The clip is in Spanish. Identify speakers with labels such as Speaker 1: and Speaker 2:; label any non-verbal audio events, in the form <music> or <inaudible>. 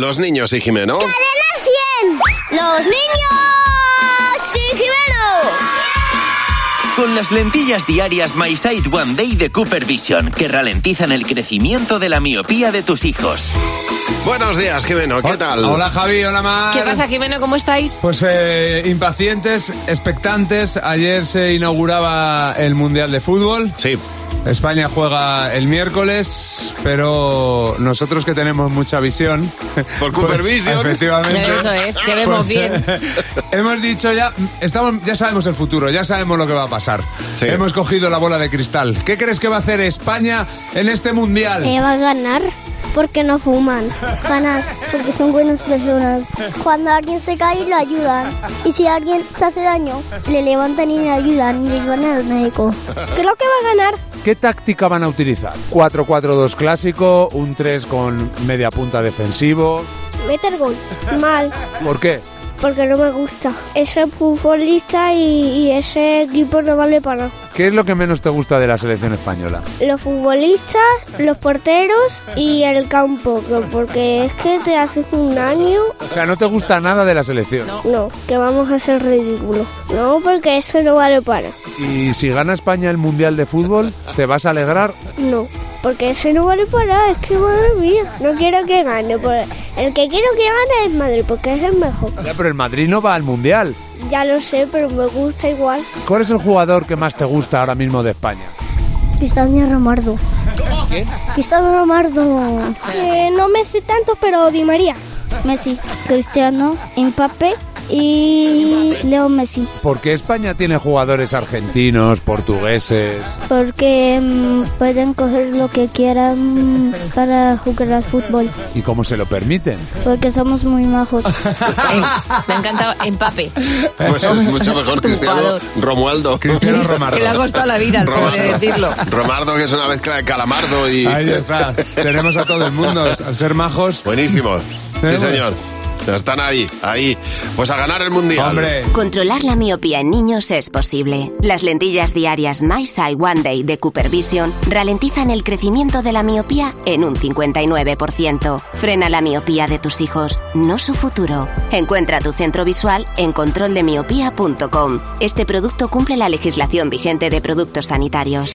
Speaker 1: Los niños y Jimeno.
Speaker 2: ¡Cadena 100! ¡Los niños! ¡Sí,
Speaker 3: Con las lentillas diarias My Sight One Day de Cooper Vision, que ralentizan el crecimiento de la miopía de tus hijos.
Speaker 1: Buenos días, Jimeno, ¿qué tal?
Speaker 4: Hola Javi, hola Mar.
Speaker 5: ¿Qué pasa, Jimeno? ¿Cómo estáis?
Speaker 4: Pues eh, impacientes, expectantes. Ayer se inauguraba el Mundial de Fútbol.
Speaker 1: Sí.
Speaker 4: España juega el miércoles, pero nosotros que tenemos mucha visión.
Speaker 1: Por Cooper
Speaker 4: pues,
Speaker 1: Vision.
Speaker 4: Efectivamente. pues,
Speaker 5: Eso es, que vemos
Speaker 4: <laughs>
Speaker 5: bien. <laughs>
Speaker 4: hemos dicho ya, estamos, ya sabemos el futuro, ya sabemos lo que va a pasar.
Speaker 1: Sí.
Speaker 4: Hemos cogido la bola de cristal. ¿Qué crees que va a hacer España en este Mundial?
Speaker 2: Que va a ganar porque no fuman. Ganar porque son buenas personas. Cuando alguien se cae, lo ayudan. Y si alguien se hace daño, le levantan y le ayudan y le llevan al médico. Creo que va a ganar.
Speaker 6: ¿Qué táctica van a utilizar? 4-4-2 clásico, un 3 con media punta defensivo.
Speaker 2: Meter gol. Mal.
Speaker 6: ¿Por qué?
Speaker 2: Porque no me gusta. Ese futbolista y, y ese equipo no vale para nada.
Speaker 6: ¿Qué es lo que menos te gusta de la selección española?
Speaker 2: Los futbolistas, los porteros y el campo. Porque es que te haces un daño
Speaker 6: O sea, no te gusta nada de la selección.
Speaker 2: No, que vamos a ser ridículos. No, porque eso no vale para.
Speaker 6: Y si gana España el Mundial de Fútbol, ¿te vas a alegrar?
Speaker 2: No, porque eso no vale para. Es que madre mía. No quiero que gane. porque el que quiero que gane es Madrid, porque es el mejor.
Speaker 6: Ya, pero el Madrid no va al Mundial.
Speaker 2: Ya lo sé, pero me gusta igual.
Speaker 6: ¿Cuál es el jugador que más te gusta ahora mismo de España?
Speaker 2: Cristiano Romardo. Cristiano Romardo. no me sé tanto, pero Di María. Messi, Cristiano, Mbappé y Leo Messi.
Speaker 6: Porque España tiene jugadores argentinos, portugueses.
Speaker 2: Porque mm, pueden coger lo que quieran para jugar al fútbol.
Speaker 6: ¿Y cómo se lo permiten?
Speaker 2: Porque somos muy majos.
Speaker 5: Eh, me ha encantado empape.
Speaker 1: Pues es mucho mejor Cristiano
Speaker 5: Jugador.
Speaker 1: Romualdo.
Speaker 4: Eh,
Speaker 1: <laughs>
Speaker 4: Cristiano
Speaker 5: Que le ha
Speaker 4: Romardo.
Speaker 5: costado la vida al pobre
Speaker 1: Romardo.
Speaker 5: decirlo.
Speaker 1: Romardo, que es una mezcla de calamardo y...
Speaker 4: Ahí está. Tenemos a todo el mundo. Al ser majos,
Speaker 1: Buenísimo. Sí,
Speaker 4: Eh, bueno.
Speaker 1: señor. Están ahí, ahí. Pues a ganar el Mundial.
Speaker 4: hombre.
Speaker 7: Controlar la miopía en niños es posible. Las lentillas diarias My Sight One Day de Cooper Vision ralentizan el crecimiento de la miopía en un 59%. Frena la miopía de tus hijos, no su futuro. Encuentra tu centro visual en controldemiopía.com. Este producto cumple la legislación vigente de productos sanitarios.